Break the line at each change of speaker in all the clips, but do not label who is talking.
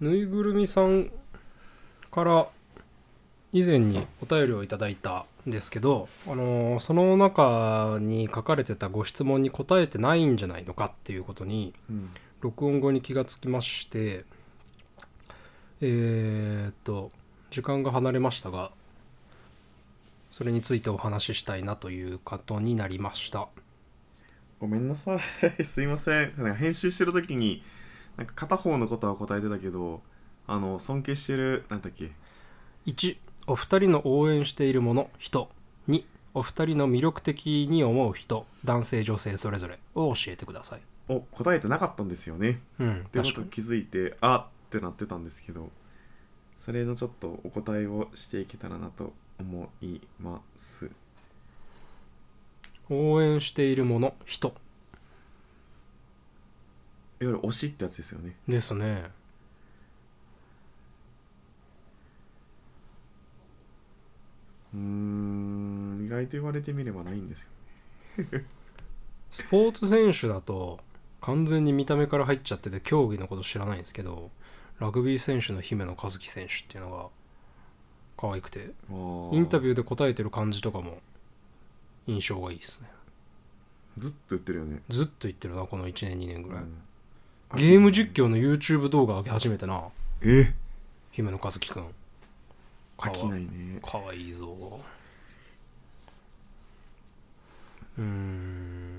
ぬいぐるみさんから以前にお便りをいただいたんですけど、あのーその中に書かれてたご質問に答えてないんじゃないのかっていうことに
うん
録音後に気がつきましてえーっと時間が離れましたがそれについてお話ししたいなということになりました
ごめんなさい すいませんなんか編集してる時になんか片方のことは答えてたけどあの尊敬してるなんだっけ
1お二人の応援しているもの人2お二人の魅力的に思う人男性女性それぞれを教えてください
お答えてなかったんですよね
うん
ってこ
確
と
か
を
に
気づいてあってなってたんですけどそれのちょっとお答えをしていけたらなと思います
応援しているもの人
いわゆる推しってやつですよね
ですね
うーん意外と言われてみればないんですよ
スポーツ選手だと完全に見た目から入っちゃってて競技のこと知らないんですけどラグビー選手の姫野和樹選手っていうのが可愛くてインタビ
ュ
ュ
ー
ーで答えてる感じとかも印象がいいですね
ずっと言ってるよね、
ずっと言ってるなこの1年2年ぐらい、
うん
ゲーム実況の YouTube 動画上げ始めてな
え
姫野和樹くん
飽きないね
かわいいぞうーん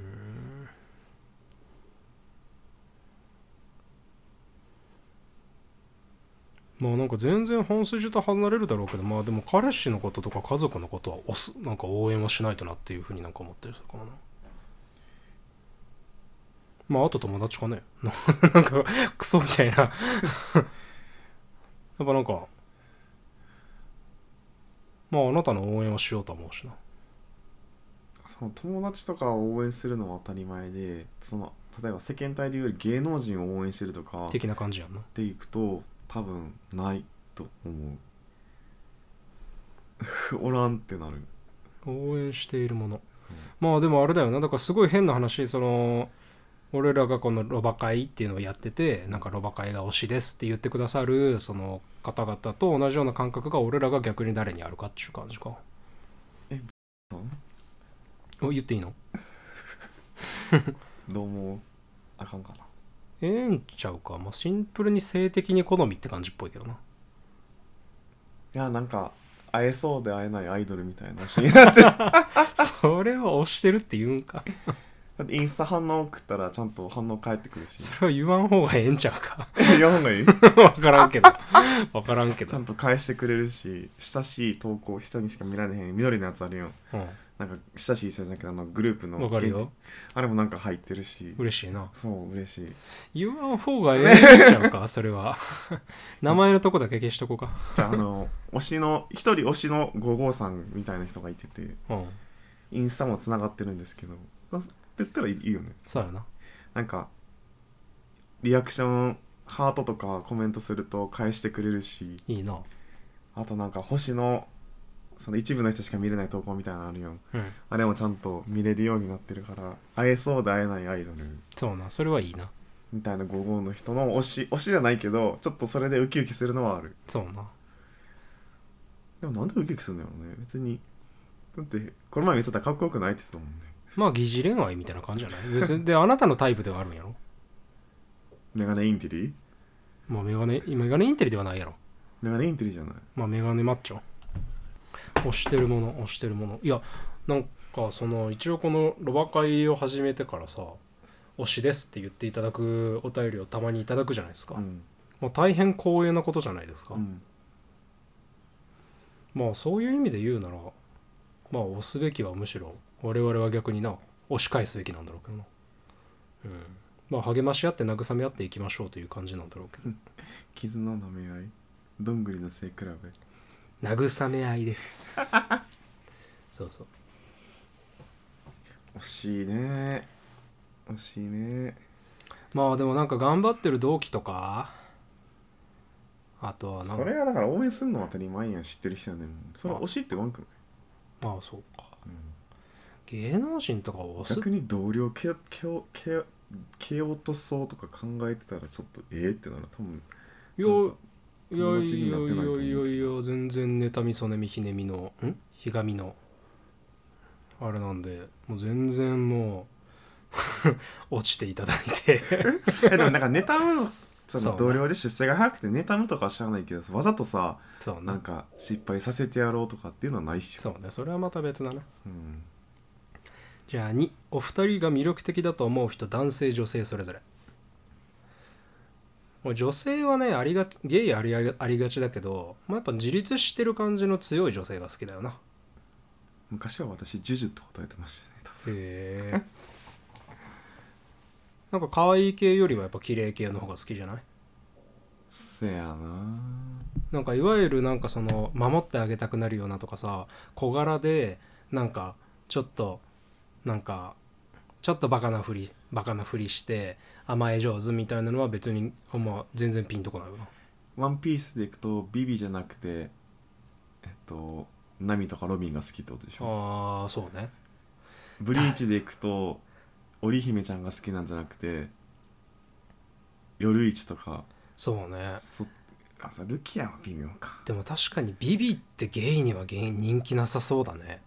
まあなんか全然本筋と離れるだろうけどまあでも彼氏のこととか家族のことは押すなんか応援はしないとなっていうふうになんか思ったりするかなまああと友達かね なんかクソみたいなやっぱなんかまああなたの応援をしようとは思うしな
その友達とかを応援するのは当たり前でその例えば世間体でいうより芸能人を応援してるとかっ
的な感じやんな
ていくと多分ないと思う おらんってなる
応援しているもの
そう
まあでもあれだよなだからすごい変な話その俺らがこのロバ会っていうのをやっててなんかロバ会が推しですって言ってくださるその方々と同じような感覚が俺らが逆に誰にあるかっていう感じか
さん
お言っていいの
どうもあかんかな
ええんちゃうかまあシンプルに性的に好みって感じっぽいけど ない
やなんか会えそうで会えないアイドルみたいなシーン になってる
それは推してるって言うんか
だってインスタ反応送ったらちゃんと反応返ってくるし
それは言わん方がええんちゃうか
読むのいい
わからんけどわからんけ
ちゃ
ど、
んと返してくれるし親しい投稿人にしか見られへん緑のやつあるよ
うん、
なんか親しい人じゃなくてあのグループの
わかるよ
あれもなんか入ってるし
嬉しいな
そう嬉しい
言わん方がええんちゃうか それは名前のとこだけ消しとこうか
じゃああの 推しの一人推しの55さんみたいな人がいてて
うん
インスタもつながってるんですけどそうって言ったらいいよね
そうやな
なんかリアクションハートとかコメントすると返してくれるし
いいな
あとなんか星のその一部の人しか見れない投稿みたいなのあるよ
うん
あれもちゃんと見れるようになってるから会えそうで会えないアイドル
そうなそれはいいな
みたいな55の人の推し推しじゃないけどちょっとそれでウキウキするのはある
そうな
でもなんでウキウキするんだろうね別にだってこの前見せたらかっこよくないって言ってたもんね
まあ疑似恋愛みたいな感じじゃない別にであなたのタイプではあるんやろ
メガネインテリ
まあメガネメガネインテリではないやろ
メガネインテリじゃない
まあメガネマッチョ押してるもの押してるものいやなんかその一応このロバ会を始めてからさ推しですって言っていただくお便りをたまにいただくじゃないですか、
うん、
まあ大変光栄なことじゃないですか、
うん、
まあそういう意味で言うならまあ押すべきはむしろ我々は逆にな押し返すべきなんだろうけどなうんまあ励まし合って慰め合っていきましょうという感じなんだろうけど
絆の舐め合いどんぐりの背比べ
慰め合いです そうそう
惜しいね惜しいね
まあでもなんか頑張ってる同期とかあとはなん
そ
か
れはだから応援するのは当たり前やん知ってる人やねんそれは惜しいって言わんくない、
まあそうか
うん
芸能人とかを押す
逆に同僚蹴 蹴蹴蹴落とそうとか考えてたらちょっとええってなる多分
よいや
友達
い
に
や
なってないいと思う
やいやいや全然妬みそねみひねみのんひがみのあれなんでもう全然もう 落ちていただいて
えでもなんか妬むのそ
そう
の同僚で出世が早くて妬むとかは知らないけどわざとさ
そう
な
なん
か失敗させてやろうとかっていうのはないっしょ
そうねそれはまた別だな
うん、
じゃあ2お二人が魅力的だと思う人男性女性それぞれもう女性はねありがちゲイありありありがちだけど、まあ、やっぱ自立してる感じの強い女性が好きだよな
昔は私ジュジュって答えてましたね多分
へえなんか可愛い系よりはやっぱ綺麗系の方が好きじゃない
せやな
なんかいわゆるなんかその守ってあげたくなるようなとかさ小柄でなんかちょっとなんかちょっとバカなふりバカなふりして甘え上手みたいなのは別にあんま全然ピンとこないよな
ワンピースでいくとビビじゃなくてえっとナミとかロビンが好きってことでしょ
あーそうね
ブリーチでいくと織姫ちゃんが好きなんじゃなくて夜市とか
そうね
そあそうルキアは微妙か、
でも確かにビビってゲイにはゲイ人気なさそうだね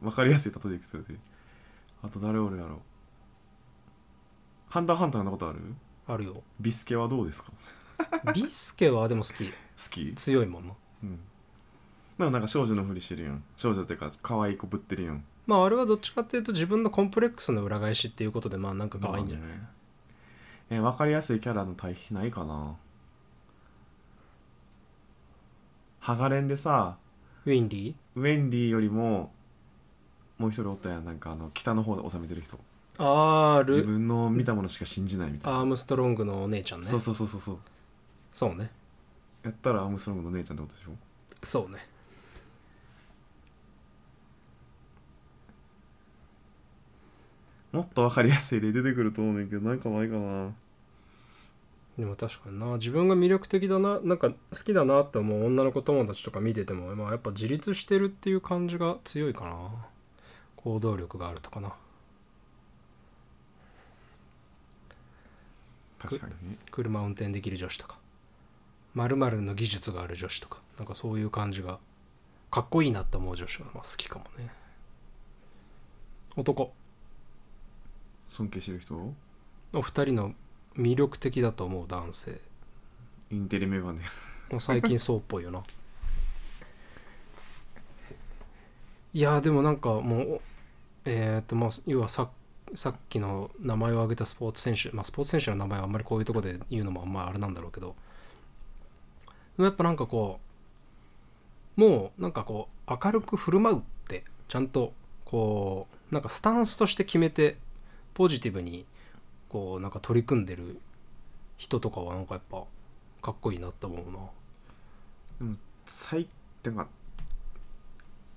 うん、分かりやすい例えでいくとであと誰おるやろハンターハンターのことある
あるよ
ビスケはどうですか
ビスケはでも好き
好き
強いもんな
うんでもなんか少女のふりしてるやん少女っていうか可愛い子ぶってるやん
まああれはどっちかっていうと自分のコンプレックスの裏返しっていうことでまあなんか可愛いんじゃない、
まあねえ分かりやすいキャラの対比ないかなハガレンでさ
ウィンリー
ウェンディよりももう一人おったやんなんかあの北の方で収めてる人
あール
自分の見たものしか信じないみたいな、
アームストロングのお姉ちゃんね
そうそうそうそうそう
そうね
やったらアームストロングの姉ちゃんってことでしょ
そうね
もっと分かりやすい例出てくると思うねんけどなんかないかな
でも確かにな自分が魅力的だななんか好きだなって思う女の子友達とか見てても、まあ、やっぱ自立してるっていう感じが強いかな行動力があるとかな
確かにね
車運転できる女子とか〇〇の技術がある女子とかなんかそういう感じがかっこいいなって思う女子がまあ好きかもね男
尊敬してる人
お二人の魅力的だと思う男性
インテリメガネ
もう最近そうっぽいよないやーでもなんかもうえーっとまあ要はささっきの名前を挙げたスポーツ選手まあスポーツ選手の名前はあんまりこういうとこで言うのもあんまりあれなんだろうけどでもやっぱなんかこうもうなんかこう明るく振る舞うってちゃんとこうなんかスタンスとして決めてポジティブにこうなんか取り組んでる人とかはなんかやっぱかっこいいなって思うな。
最てか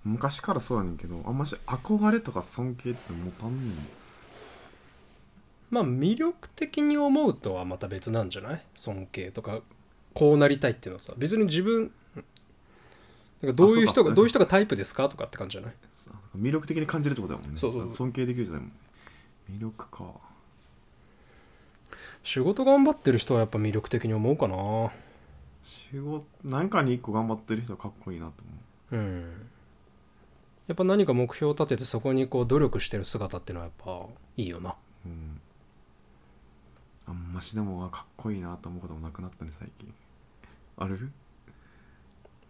昔からそうやねんけどあんまし憧れとか尊敬って持たんねん
まあ魅力的に思うとはまた別なんじゃない尊敬とかこうなりたいっていうのはさ別に自分なんかどういう
あそ
人
う
が
か
どういう人がタイプですかとかって感じじゃない
そうなんか魅力的に感じるってことだもんね
そうそうそう
尊敬できるじゃないもんね魅力か
仕事頑張ってる人はやっぱ魅力的に思うかな
仕事何かに一個頑張ってる人はかっこいいなと思
うんやっぱ何か目標を立ててそこにこう努力してる姿っていうのはやっぱいいよな
ううんあんましでもあかっこいいなと思うこともなくなったね最近ある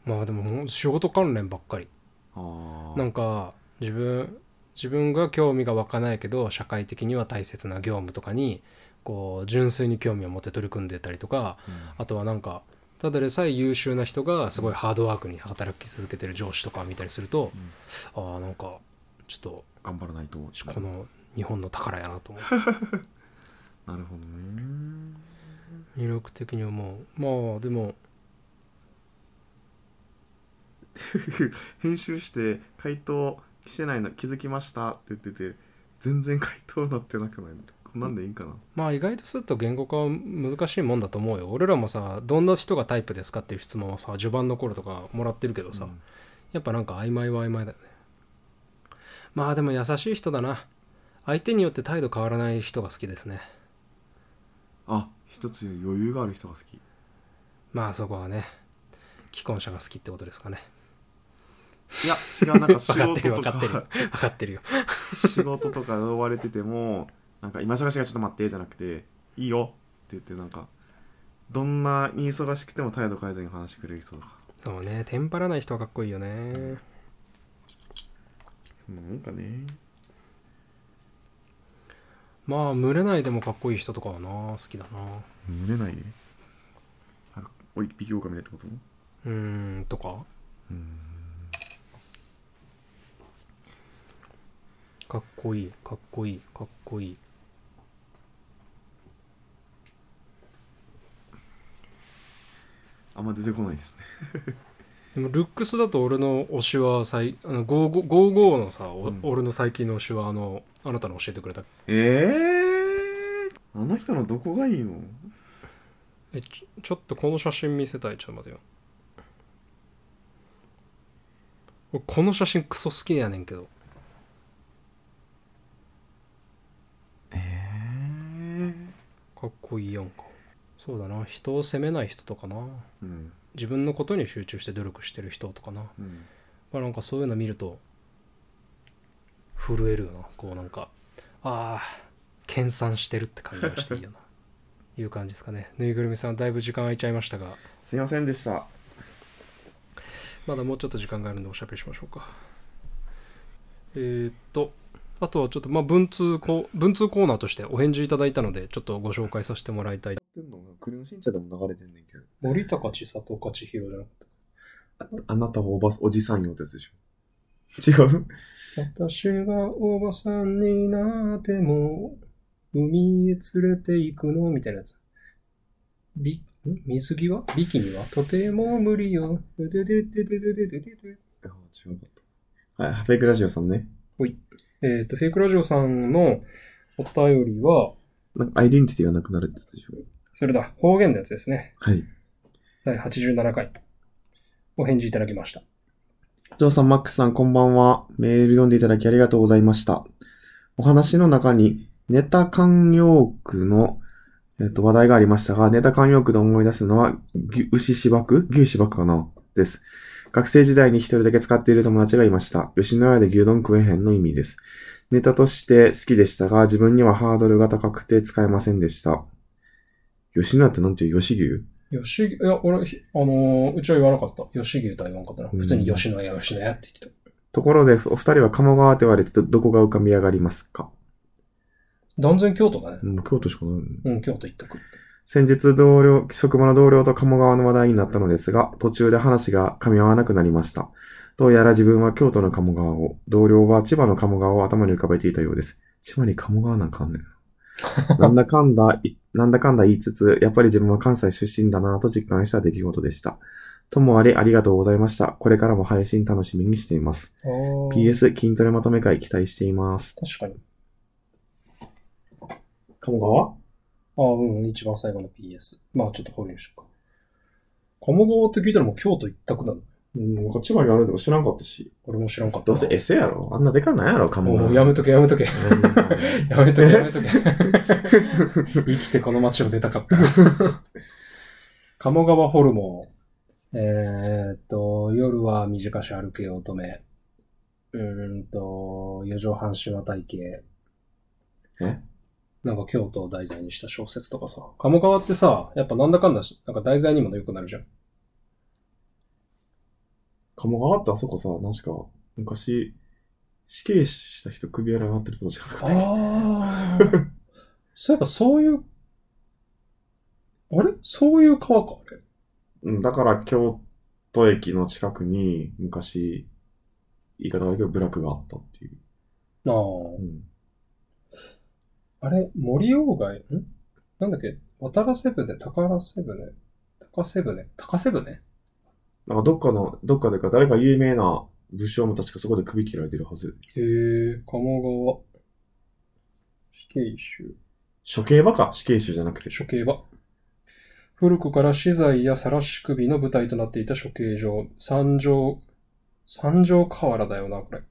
まあでももう仕事関連ばっかり
ああ
なんか自分自分が興味が湧かないけど社会的には大切な業務とかにこう純粋に興味を持って取り組んでたりとかあとはなんかただでさえ優秀な人がすごいハードワークに働き続けてる上司とかを見たりすると、ああなんかちょっと
頑張らないと
この日本の宝やなと思う
なるほどね
魅力的に思うまあでも
編集して回答来てないの気づきましたって言ってて全然回答なってなくないこんなんでいいんかな、
まあ意外とすると言語化は難しいもんだと思うよ俺らもさどんな人がタイプですかっていう質問はさ序盤の頃とかもらってるけどさ、
うん
やっぱなんか曖昧は曖昧だよねまあでも優しい人だな相手によって態度変わらない人が好きですね
あ一つ余裕がある人が好き
まあそこはね既婚者が好きってことです かね
いや違う なんか仕
分かってる
事と
分かってる
か
分かってるよ
仕事とか追われててもなんか今忙しいからちょっと待ってじゃなくていいよって言ってなんかどんなに忙しくても態度変えずに話してくれる人とか
そうねテンパらない人はかっこいいよね
そんなもんかね
まあ群れないでもかっこいい人とかはな好きだな
見れないねあおい一匹狼だってこと
うーんとか
うん
かっこいいかっこいいかっこいい
あんま出てこないですね
でもルックスだと俺の推しは最あの55 55のさ、お
うん
俺の最近の推しはあのあなたの教えてくれた
ええー、あの人のどこがいいの
えちょちょっとこの写真見せたいちょっと待てよ俺この写真クソ好きやねんけど
ええ
かっこいいやんかそうだな人を責めない人とかな
うん
自分のことに集中して努力してる人とかな、
うん
まあ、なんかそういうの見ると震えるよなこうなんかああ研鑽してるって感じがしていいよないう感じですかねぬいぐるみさんだいぶ時間空いちゃいましたが
すいませんでした
まだもうちょっと時間があるんでおしゃべりしましょうか。えーっと、あとはちょっと、まあ、文通コー、文通コーナーとしてお返事いただいたので、ちょっとご紹介させてもらいたい。
クレヨンしんちゃんでも流れてんねんけど
森高千里か千尋じゃなくて、
ああなたはおばおじさんよってやつでしょ違う
私がおばさんになっても、海へ連れて行くのみたいなやつ。びん水着はビキニはとても無理よ。ででででででででで
あ違うかった。はい、フェイクラジオさんね。
えーっと、フェイクラジオさんのお便りは、
なんかアイデンティティがなくなるってやつでしょ。
それだ、方言のやつですね。
はい。
第87回。お返事いただきました。
ジョーさん、マックスさん、こんばんは。メール読んでいただきありがとうございました。お話の中に、ネタ慣用句の、えっと、話題がありましたが、ネタ慣用句で思い出すのは、牛牛芝区牛芝区かなです。学生時代に一人だけ使っている友達がいました。吉野家で牛丼食えへんの意味です。ネタとして好きでしたが、自分にはハードルが高くて使えませんでした。吉野家ってなんていう吉牛
吉牛、いや、俺、ひあのーうちは言わなかった。吉牛とは言わなかったな。
うん
普通に吉野家、吉野家って言ってた。
ところで、お二人は鴨川と言われてどどこが浮かび上がりますか
断然京都だね。
もう京都しかないよね
うん、京都一択。
先日同僚、職場の同僚と鴨川の話題になったのですが、途中で話が噛み合わなくなりました。どうやら自分は京都の鴨川を、同僚は千葉の鴨川を頭に浮かべていたようです。千葉に鴨川なんかあんねん な。なんだかんだ、いなんだかんだ言いつつ、やっぱり自分は関西出身だなぁと実感した出来事でした。ともあれ、ありがとうございました。これからも配信楽しみにしています。
あー
PS 筋トレまとめ会期待しています。
確かに。
鴨川
ああ、うん、一番最後の PS。まあ、ちょっと保留にしようか。鴨川って聞いたらもう京都一択だね。
うん、なんか千葉にあるのか知らんかったし。
俺も知らんかった。
どうせエセやろあんなでかないやろ鴨川。
もうやめとけ、やめとけ。
う
やめとけ、や めとけ。生きてこの街を出たかった。鴨川ホルモン。えー、っと、夜は短し歩けよ乙女。うーんと、四畳半神話体系。
んえ
なんか京都を題材にした小説とかさ。鴨川ってさ、やっぱなんだかんだし、なんか題材にもよくなるじゃん。
鴨川ってあそこさ、確か、昔、死刑した人首洗いになってると思うかった。
ああ。 そういえばそういう、あれそういう川か、あれ。
うん、だから京都駅の近くに、昔、言い方だけど部落があったっていう。
なあ。
うん。
あれ、森鴎外、んなんだっけ渡らせ船、高らせ船、高瀬船、高瀬船
なんかどっかの、どっかでか、誰か有名な武将も確かそこで首切られてるはず。
へえ、鴨川、死刑囚、
処刑場か死刑囚じゃなくて。
処刑場。古くから資材や晒し首の舞台となっていた処刑場、三条、三条河原だよな、これ。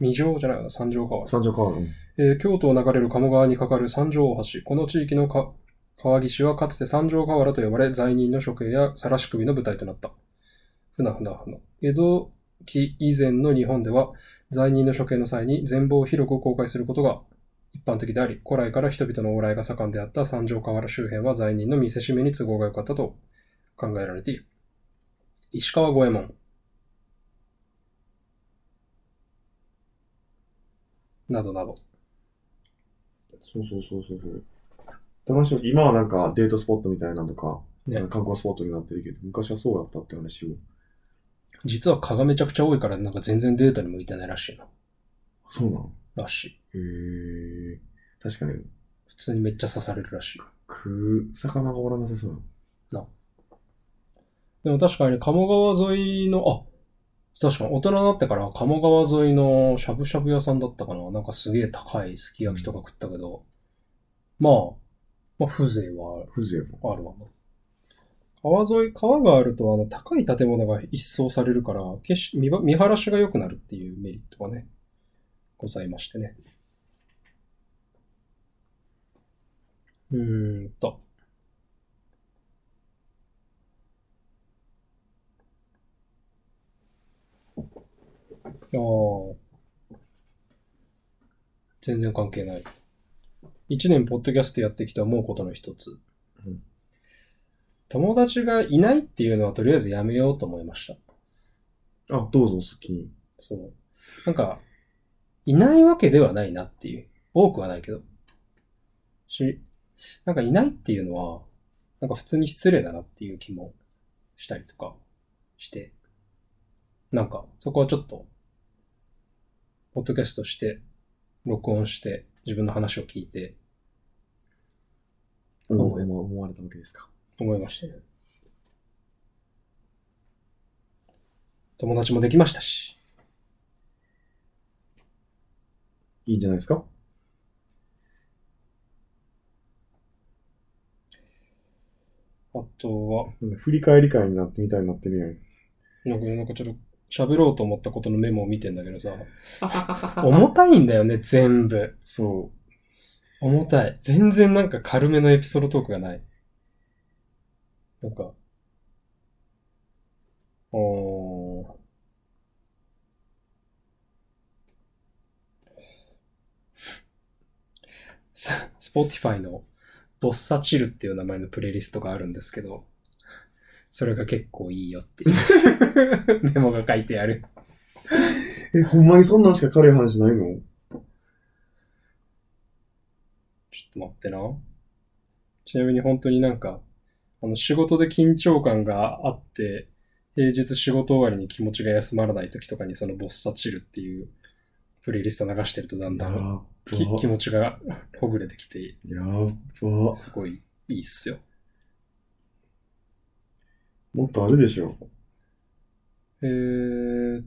二条じゃないよな、三条河原。
三条川。うん
えー京都を流れる鴨川に架かる三条大橋。この地域のか川岸はかつて三条河原と呼ばれ、罪人の処刑や晒し首の舞台となった。ふなふなふな。江戸期以前の日本では、罪人の処刑の際に全貌を広く公開することが一般的であり、古来から人々の往来が盛んであった三条河原周辺は罪人の見せしめに都合が良かったと考えられている。石川五右衛門。などなど。
そうそうそうそうそう。高橋今はなんかデートスポットみたいなのとか、
ね
観光スポットになってるけど、昔はそうだったって話を。
実は蚊がめちゃくちゃ多いから、なんか全然データに向いてないらしいな。
そうなの
らしい。
へえ。確かに、
普通にめっちゃ刺されるらしい。
食う魚がおらなさそうなの。
でも確かに鴨川沿いの、あ、確かに大人になってから鴨川沿いのしゃぶしゃぶ屋さんだったかな。なんかすげえ高いすき焼きとか食ったけど、まあ、まあ風情は
風情も。
あるわな。川沿い、川があるとあの高い建物が一掃されるから、決し見ば見晴らしが良くなるっていうメリットがね、ございましてね。うーんと。ああ。全然関係ない。一年ポッドキャストやってきて思うことの一つ。
うん
友達がいないっていうのはとりあえずやめようと思いました。
あ、どうぞ好きに。
そう。なんか、いないわけではないなっていう。多くはないけど。し、なんかいないっていうのは、なんか普通に失礼だなっていう気もしたりとかして、なんかそこはちょっと、ポッドキャストして、録音して、自分の話を聞いて
思わ思われたわけですか。
思いましたね。友達もできましたし。
いいんじゃないですか
あとは、
なんか振り返り会になってみたいになってるや
な
ん。
んか、なんかちょっと喋ろうと思ったことのメモを見てんだけどさ、 重たいんだよね、全部。
そ
重たい。全然なんか軽めのエピソードトークがない。なんか、おー。ススポティファイのボッサチルっていう名前のプレイリストがあるんですけど、それが結構いいよっていうメモが書いてある。
う。え、ほんまにそんなんしか軽い話ないの
ちょっと待ってな。ちなみに本当になんか、あの仕事で緊張感があって、平日仕事終わりに気持ちが休まらない時とかにそのボッサチルっていうプレイリスト流してるとだんだ
や
ん
ば。
き気持ちがほぐれてきて、
やば。
すごいいいっすよ。
もっとあるでしょ。
えーっ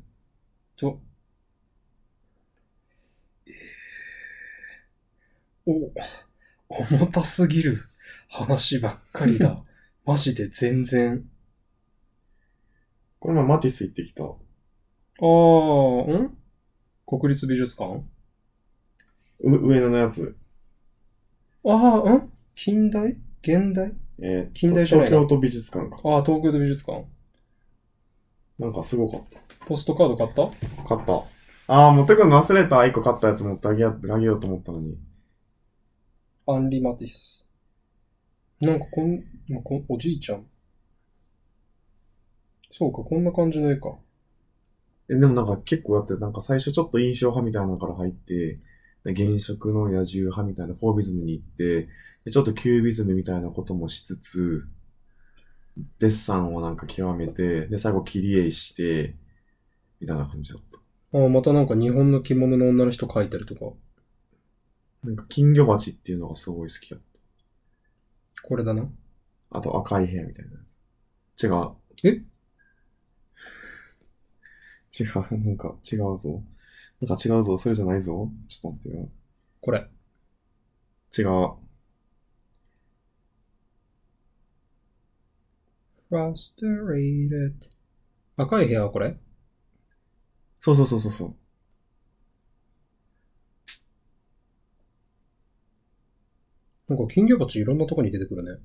と。えー、お、重たすぎる話ばっかりだ。マジで全然。
この前マティス行ってきた。
ああ、ん国立美術館
う上野のやつ。
ああ、ん近代現代
えーっと
近代じゃないな
東京都美術館か。
ああ、東京都美術館。
なんかすごかっ
ポストカード買った
た。買った。あー、持ってくるの忘れた。一個買ったやつ持ってあげようあげようと思ったのに。
アンリ・マティス。なんかこん、まあこんおじいちゃん。そうか、こんな感じの絵か。
え、でもなんか結構だって、なんか最初ちょっと印象派みたいなのから入って、で原色の野獣派みたいなフォービズムに行って、でちょっとキュービズムみたいなこともしつつ、デッサンをなんか極めて、で、最後切り絵して、みたいな感じだった。
ああ、またなんか日本の着物の女の人描いてるとか。
なんか金魚鉢っていうのがすごい好きだっ
これだな。
た。あと赤い部屋みたいなやつ。違う。
え
違う、なんか違うぞ。なんか違うぞ、それじゃないぞ。ちょっと待ってよ。
これ。
違う。
frustrated. 赤い部屋はこれ
そうそうそうそうそう。
あなんか金魚鉢いろんなとこに出てくるね。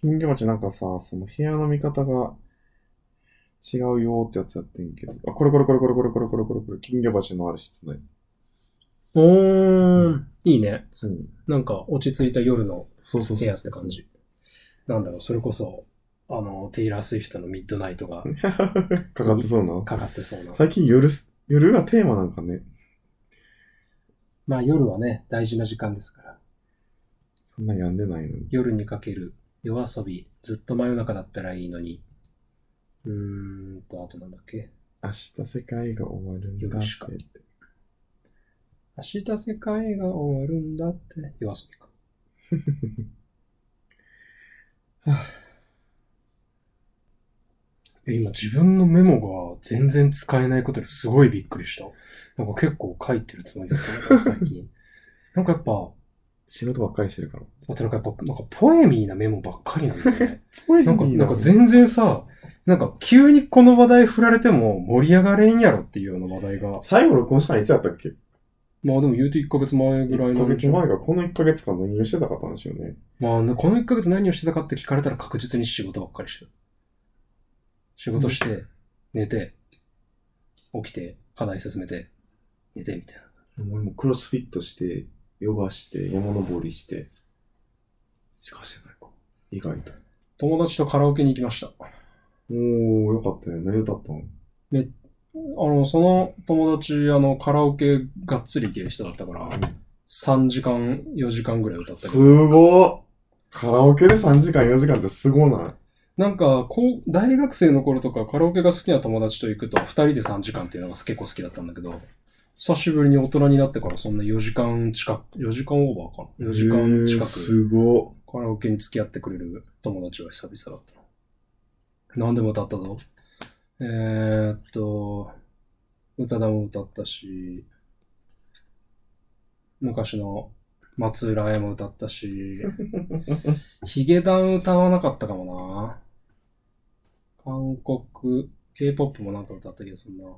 金魚鉢なんかさ、その部屋の見方が違うよーってやつやってんけど。あ、これこれこれこれこれこれこれこれこれ、金魚鉢のある室内。
おー、いいね。
そう。
なんか落ち着いた夜の
そうそうそうそ
部
う。
屋って感。じ。なんだろう、それこそ、あの、テイラー・スウィフトのミッドナイトが
かかってそうな。
かかってそうな。
最近夜す、夜がテーマなんかね。
まあ夜はね、大事な時間ですから。
そんな病んでないのに。
夜にかける夜遊び、ずっと真夜中だったらいいのに。うーんと、あとなんだっけ。
明日世界が終わるんだ
夜しか
って。
明日世界が終わるんだって、夜遊びか。 え今自分のメモが全然使えないことですごいびっくりした。なんか結構書いてるつもりだったんだけど、最 近。なんかやっぱ、
仕事ばっかりしてるから。
あとなんかやっぱ、なんかポエミーなメモばっかりなんだよ ね。なんか、なんか
全
全然さ、なんか急にこの話題振られても盛り上がれんやろっていうような話題が。
最後録音したのいつやったっけ
まあでも言うて1ヶ月前ぐらい
?1
の
ヶ。月前がこの1ヶ月間何をしてたかったんですよね。
まあね、この1ヶ月何をしてたかって聞かれたら確実に仕事ばっかりしてた。仕事して、寝て、起きて、課題進めて、寝てみたいな。
俺もクロスフィットして、ヨガして、山登りして、しかしてないか。意外と。
友達とカラオケに行きました。
おー、よかったね。何歌った
あ
の
の、その友達、あの、カラオケがっつり行ける人だったから、3時間、4時間ぐらい歌ったり
すごっカラオケで3時間4時間ってすごない
なんか、こう、大学生の頃とかカラオケが好きな友達と行くと、2人で3時間っていうのが結構好きだったんだけど、久しぶりに大人になってからそんな4時間近く、4時間オーバーかな ?4 時間近
えー
く
すごっ
カラオケに付き合ってくれる友達は久々だったな。何でも歌ったぞ。えー、っと、歌だも歌ったし、昔の松浦綾も歌ったし、ヒゲダン歌わなかったかもな。韓国、K-POP もなんか歌った気がするな。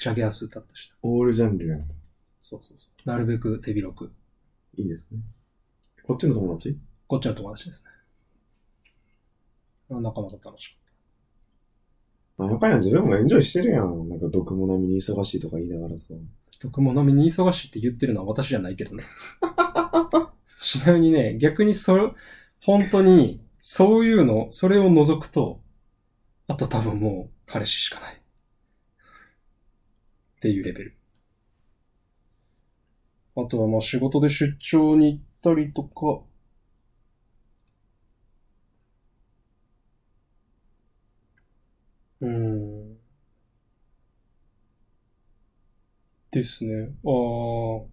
チャゲアス歌ったしな。
オールジャンルやん。い
そうそうそう。なるべく手広く。
いですね。こっちの友達
こっちの友達ですね。あなかなか楽しかっ
なんやかんや自分もエンジョイしてるやん。なんか毒も並みに忙しいとか言いながらさ。
た。毒も飲みに忙しいって言ってるのは私じゃないけどね。ちなみにね、逆にそれ、本当に、そういうの、それを除くと、あと多分もう彼氏しかない。っていうレベル。あとはまあ仕事で出張に行ったりとか、うん。ですね。ああ。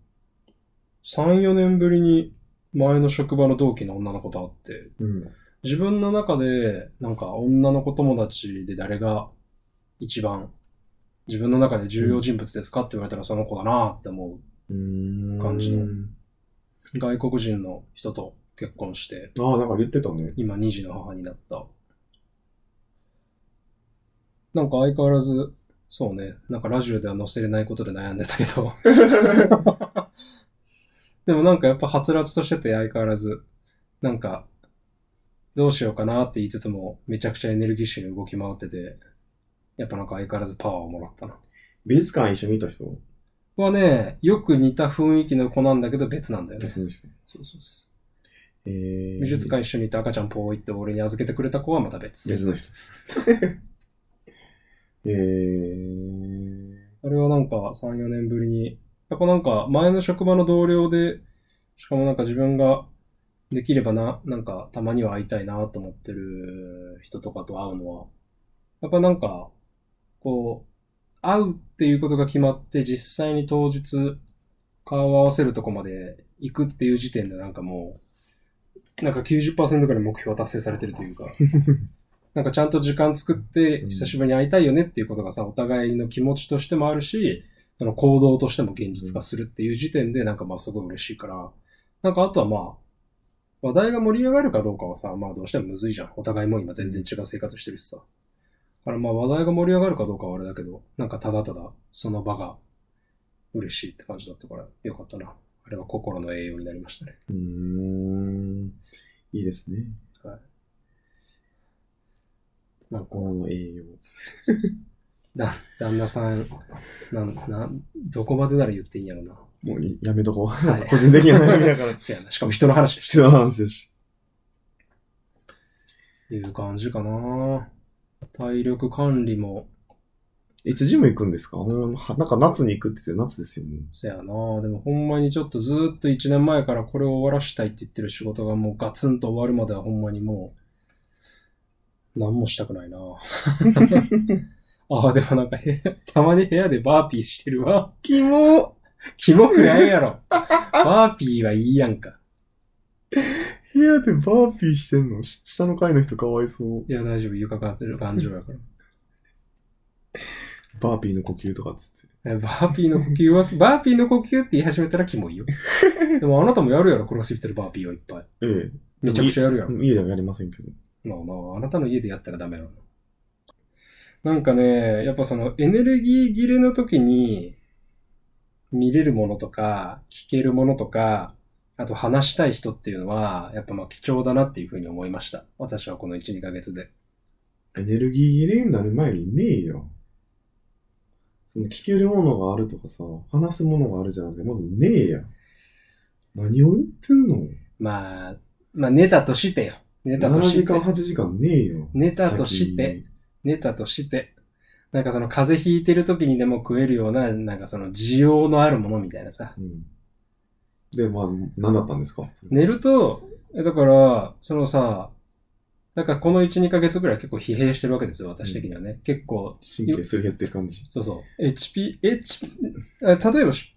3、4年ぶりに前の職場の同期の女の子と会って、
うん。
自分の中で、なんか女の子友達で誰が一番自分の中で重要人物ですかって言われたらその子だなって思
うーん。
感じのう。外国人の人と結婚して、
ああ、なんか言ってたね。
今2児の母になった。なんか相変わらず、そうね、なんかラジオでは載せれないことで悩んでたけ ど。でもなんかやっぱはつらつとしてて相変わらず、なんか、どうしようかなって言いつつも、めちゃくちゃエネルギッシュに動き回ってて、やっぱなんか相変わらずパワーをもらったな。
美術館一緒にいた人
はね、よく似た雰囲気の子なんだけど別なんだよね。
別の人。
そうそうそ
えー
う。美術館一緒にいた赤ちゃんぽーいって俺に預けてくれた子はまた別。
別の 人。えー。
あれはなんか3、4年ぶりに、やっぱなんか前の職場の同僚で、しかもなんか自分ができればな、なんかたまには会いたいなと思ってる人とかと会うのは、やっぱなんか、こう、会うっていうことが決まって実際に当日顔を合わせるとこまで行くっていう時点でなんかもう、なんか90%ぐらい目標は達成されてるというか、なんかちゃんと時間作って久しぶりに会いたいよねっていうことがさ、お互いの気持ちとしてもあるし、その行動としても現実化するっていう時点でなんかまあすごい嬉しいから、なんかあとはまあ、話題が盛り上がるかどうかはさ、まあどうしてもむずいじゃん。お互いもう今全然違う生活してるしさ。だからまあ話題が盛り上がるかどうかはあれだけど、なんかただただその場が嬉しいって感じだったから、よかったな。あれは心の栄養になりましたね。
うーん。いいですね。
はい。なんか
心の栄養。
だ、旦那さん、なん、なん、どこまでなら言っていいんやろな。
もういやめとこう。
はい
個人的な悩みだ から。
せやな。しかも人の話です。
必要な話よし。
いう感じかな。体力管理も、
いつジム行くんですかもうはなんか夏に行くって言って夏ですよね。
せやな。でもほんまにちょっとずーっと1年前からこれを終わらしたいって言ってる仕事がもうガツンと終わるまではほんまにもう、何もしたくないな。ああ、でもなんか部屋、たまに部屋でバーピーしてるわ。
キモ
キモくないやろ。バーピーはいいやんか。
部屋でバーピーしてんのし下の階の人かわいそう。
いや、大丈夫。床感じる感情やから。
バーピーの呼吸とかっつって。
えバーピーの呼吸は、バーピーの呼吸って言い始めたらキモいよ。でもあなたもやるやろ、クロスフィットでバーピーをいっぱい。
ええ。
めちゃくちゃやるやろ。
家ではやりませんけど。
まあまあ、あなたの家でやったらダメなの。なんかね、やっぱそのエネルギー切れの時に見れるものとか、聞けるものとか、あと話したい人っていうのは、やっぱまあ貴重だなっていうふうに思いました。私はこの1、2ヶ月で。
エネルギー切れになる前にねえよ。その聞けるものがあるとかさ、話すものがあるじゃなくて、まずねえや。何を言ってんの
まあ、まあ寝たとしてよ。寝た
?7
として。
時間、8時間ねえよ。
寝たとして寝たとして、なんかその風邪ひいてる時にでも食えるような、なんかその需要のあるものみたいなさ。
先に。うん。で、まあ、何だったんですかそれ
寝ると、えだから、そのさ、なんかこの1、2ヶ月ぐらい結構疲弊してるわけですよ、私的にはね。結構、
神経すり減ってる感じ。
そうそう、HP、HP、あ例えばし、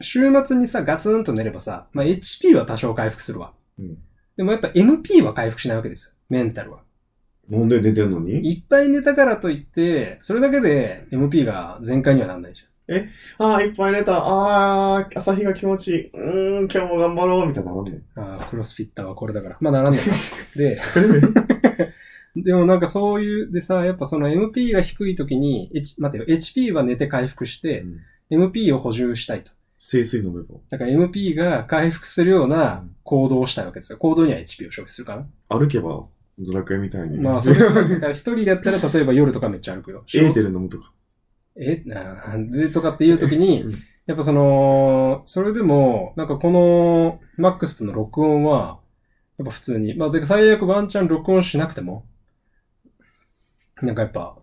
週末にさ、ガツンと寝ればさ、まあ、HP は多少回復するわ。
うん。
でもやっぱ MP は回復しないわけですよ、メンタルは。
なんで寝てんのに
いっぱい寝たからといって、それだけで MP が全開にはなんないじゃん。
ああ、いっぱい寝た。ああ、朝日が気持ちいい。うーん、今日も頑張ろう。みたいなのね。
ああ、クロスフィッターはこれだから。まあ、ならんのか。で、で もなんかそういう、でさ、やっぱその MP が低い時に、H、待てよ、HP は寝て回復して、MP を補充したいと。
清水飲めば。
だから MP が回復するような行動をしたいわけですよ。行動には HP を消費するかな。
歩けば、ドラク エみたいに。
まあ、それだから一人だったら、例えば夜とかめっちゃ歩くよ。
エーテル飲むとか。
え なで、とかっていう時に
うん、
やっぱその、それでも、なんかこの、マックスとの録音は、やっぱ普通に、まあ、てか最悪ワンチャン録音しなくても、なんかやっぱ、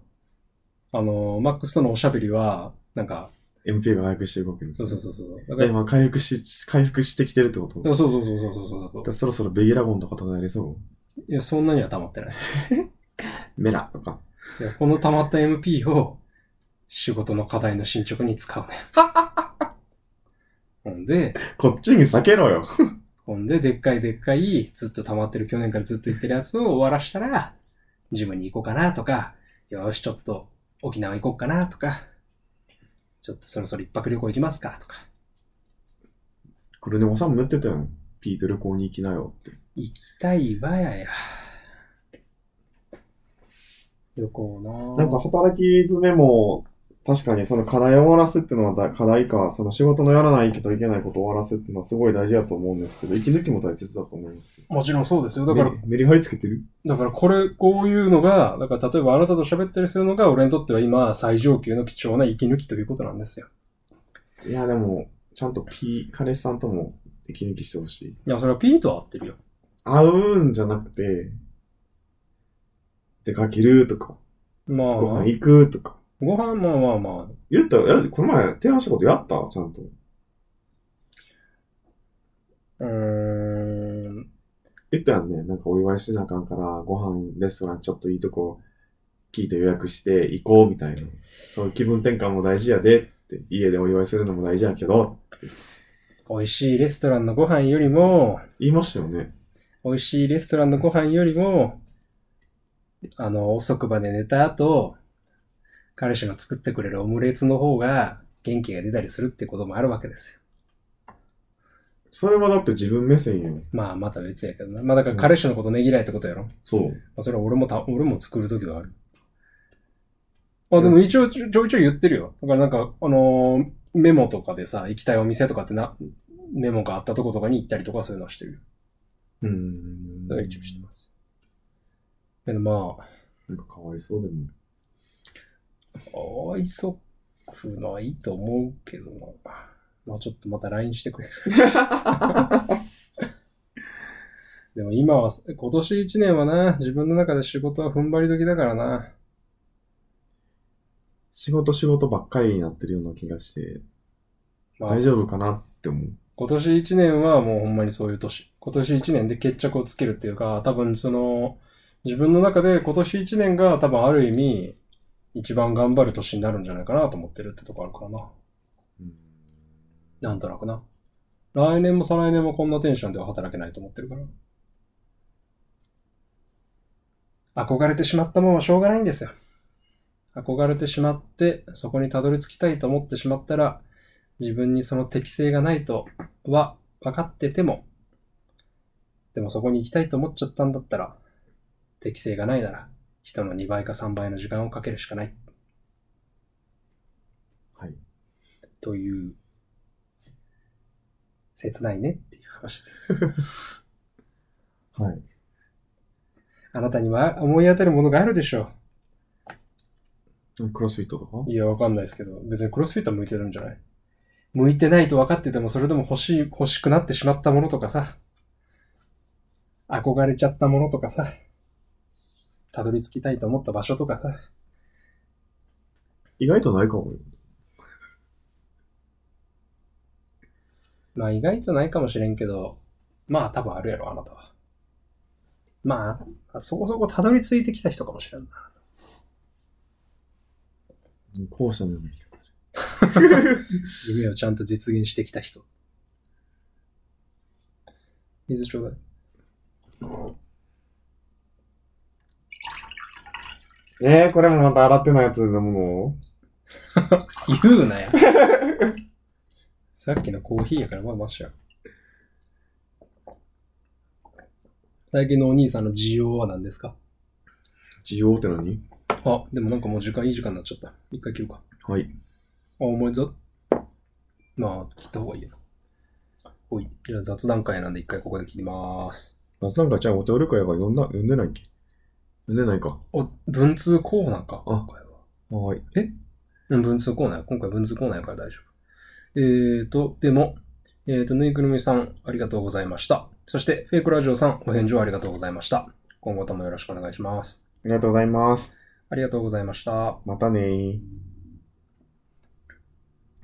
あの、マックスとのおしゃべりは、なんか、
MP が回復してるわけです。
そうそうそうそう。だか
だから
ら
今、回復し、回復してきてるってことだ
そうそうそうそうそうそう
からそろそろベギラゴンとか唱えれそ
いや、そんなには溜まってない。
う。メラとか。
いやこの溜まった MP を、仕事の課題の進捗に使うね。 ほんで、
こっちに避けろよ。
ほんで、でっかいでっかい、ずっと溜まってる、去年からずっと言ってるやつを終わらしたら、ジムに行こうかなとか、よし、ちょっと沖縄行こうかなとか、ちょっとそろそろ一泊旅行行きますかとか、
これでもさんも言ってたよ。ピート旅行に行きなよって。
行きたいわやや。旅行なぁ
なんか働き詰めも、確かにその課題を終わらすっていうのはだ課題か、その仕事のやらないといけないことを終わらすっていうのはすごい大事だと思うんですけど、息抜きも大切だと思いますよ。
もちろんそうですよ。だから
メ、リメリハリつけてる
だからこれ、こういうのが、だから例えばあなたと喋ったりするのが、俺にとっては今、最上級の貴重な息抜きということなんですよ。
いや、でも、ちゃんとピー、彼氏さんとも息抜きしてほしい。
いや、それはピーとは合ってるよ。
会うんじゃなくて、出かけるとか、
まあ、
ご飯行くとか。
ご飯、まあまあまあ、
言ったえこの前提案したことやったちゃんと。
うーん。
言ったよね。なんかお祝いしなあかんから、ご飯、レストランちょっといいとこ、聞いて予約して行こうみたいな。そういう気分転換も大事やでって、家でお祝いするのも大事やけど、
美味しいレストランのご飯よりも、
言いましたよね。
美味しいレストランのご飯よりも、あの、遅くまで寝た後、彼氏の作ってくれるオムレツの方が元気が出たりするってこともあるわけですよ。
それはだって自分目線よ。
まあ、また別やけどな。まあ、だから彼氏のことねぎらいってことやろ。ま
そう。
あ、それは俺もた、俺も作るときはある。まあ、でも一応ちょちょいちょい言ってるよ。だからなんか、あのーメモとかでさ、行きたいお店とかってな、メモがあったとことかに行ったりとかそういうのはしてる。
うん。
それは一応してます。けどまあ、
なんかかわいそうでも。
かわいそくないと思うけどな。まあちょっとまた LINE してく れ。でも今は、今年1年はな、自分の中で仕事は踏ん張り時だからな。
仕事仕事ばっかりになってるような気がして、
まあ
大丈夫かなって思う。
今年1年はもうほんまにそういう年。今年1年で決着をつけるっていうか、多分その、自分の中で今年1年が多分ある意味、一番頑張る年になるんじゃないかなと思ってるってとこあるからな。
うん
なんとなくな。来年も再来年もこんなテンションでは働けないと思ってるから。憧れてしまったもんはしょうがないんですよ。憧れてしまって、そこにたどり着きたいと思ってしまったら、自分にその適性がないとは分かってても、でもそこに行きたいと思っちゃったんだったら、適性がないなら、人の2倍か3倍の時間をかけるしかない。
はい。
という、切ないねっていう話です。
はい。
あなたには思い当たるものがあるでしょ
クロスフィットとか
う。いや、わかんないですけど、別にクロスフィットは向いてるんじゃない向いてないと分かってても、それでも欲しい、欲しくなってしまったものとかさ、憧れちゃったものとかさ、たどり着きたいと思った場所とかさ、
意外とないかもよ。
まあ意外とないかもしれんけど、まあ多分あるやろ、あなたは。まあ、そこそこたどり着いてきた人かもしれんな。
後者のような気がする。
夢をちゃんと実現してきた人。水ちょうだい。
えー、これもまた洗ってないやつのも
言うなよ。さっきのコーヒーやからまあマシや。最近のお兄さんの需要は何ですか
需要って何
あ、でもなんかもう時間いい時間になっちゃった。一回切るか。あ、
はい。
重いぞ。まあ、切った方がいいやな。おい。じゃあ雑談会なんで一回ここで切りまーす。
夏なんかじゃあお手折り会やから読んだ、読んでないっけ読んでないか。
お、文通コーナーか。
あ
今回は。
はーい。
うん文通コーナーや。今回文通コーナーやから大丈夫。えーと、でも、えーと、ぬいぐるみさん、ありがとうございました。そして、フェイクラジオさん、お返事をありがとうございました。今後ともよろしくお願いします。
ありがとうございます。
ありがとうございました。
またねー。